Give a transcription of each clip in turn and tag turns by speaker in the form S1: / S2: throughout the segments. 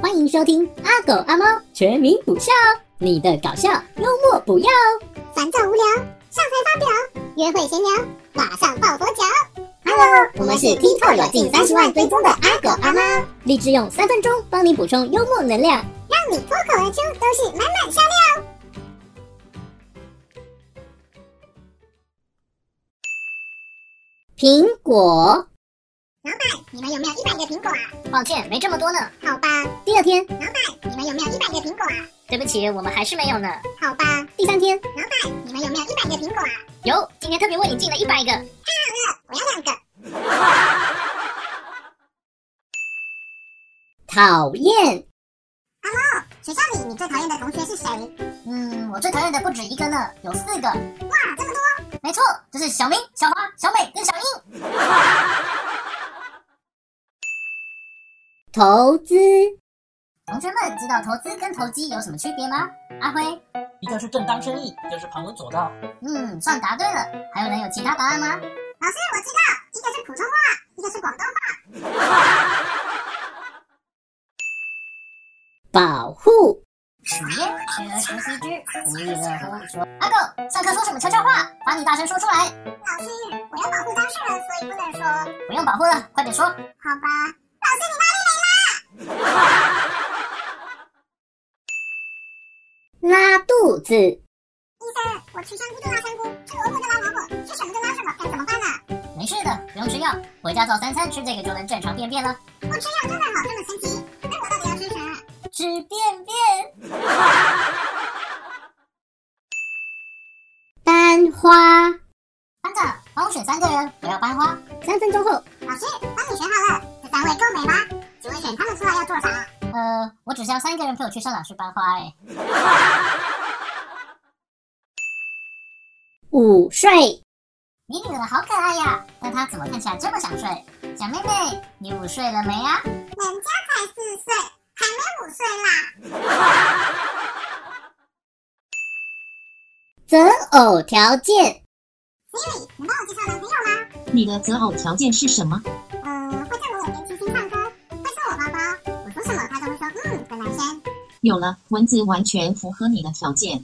S1: 欢迎收听《阿狗阿猫全民补笑》，你的搞笑幽默补药。
S2: 烦躁无聊，上台发表，约会闲聊，马上抱佛脚。
S1: Hello，
S2: 我们是 TikTok 有近30万追踪的阿狗阿猫，
S1: 立志用三分钟帮你补充幽默能量。
S2: 让你脱口而出都是满满笑料。
S1: 苹果，
S2: 你们有没有一百个苹果啊？
S1: 抱歉，没这么多呢。
S2: 好吧，
S1: 第二天，
S2: 你们有没有一百个苹果啊？
S1: 对不起，我们还是没有呢。
S2: 好吧，
S1: 第三天，
S2: 你们有没有一百个苹果啊？嗯
S1: 有，今天特别为你进了一百个。
S2: 我要两个。
S1: 讨厌，
S2: 学校里你最讨厌的同学是谁？
S1: 嗯，我最讨厌的不止一个呢，有四个。
S2: 哇，这么多！
S1: 没错，就是小明、小华、小美跟小英。 投资，同学们知道投资跟投机有什么区别吗？阿辉，
S3: 一个是正当生意，一个是旁门左道。
S1: 嗯，算答对了。还有人有其他答案吗？
S2: 老师，我知道，一个是普通话，一个是广东话。
S1: 保护。
S4: 企业学而时习之，不亦乐乎其说
S1: 阿狗，上课说什么悄悄话？把你大声说出来，
S2: 老师，我要保护当事人，所以不能说。
S1: 不用保护了，快点说。
S2: 好吧，老师，你
S1: 拉肚子，
S2: 那医生，我吃香菇就拉香菇，吃萝卜就拉萝卜，吃什么就拉什么，该怎么办啊？
S1: 没事的，不用吃药，回家照三餐吃这个就能正常便便了。
S2: 不吃药就能好，这么神奇？那我到底要吃啥？
S1: 吃便便。班花，班长，帮我选三个人，我要班花。三分钟后，
S2: 老师，帮你选好了，这三位够美吧？请问选他们出来要做啥？
S1: 呃，我只是要三个人陪我去上老师班花哎。午睡，你女儿好可爱呀，但她怎么看起来这么想睡？小妹妹，你午睡了没啊呀、
S2: 人家才四岁，还没五岁啦。
S1: 择偶哦条件，
S2: Siri，能帮我介绍男朋友吗？
S4: 你的择偶条件是什么？
S2: 嗯，会在我耳边轻轻唱歌，会送我包包，我说什么他都会说嗯的男生。
S4: 有了，文字完全符合你的条件。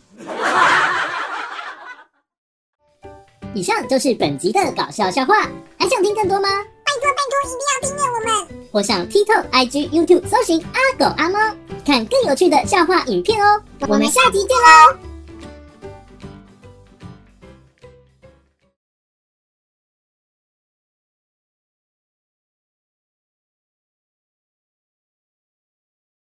S1: 以上就是本集的搞笑笑话，还想听更多吗？
S2: 拜托拜托，一定要订阅我们。
S1: 或上 TikTok、IG、YouTube 搜寻“阿狗阿猫”，看更有趣的笑话影片哦。
S2: 我们
S1: 下集见喽！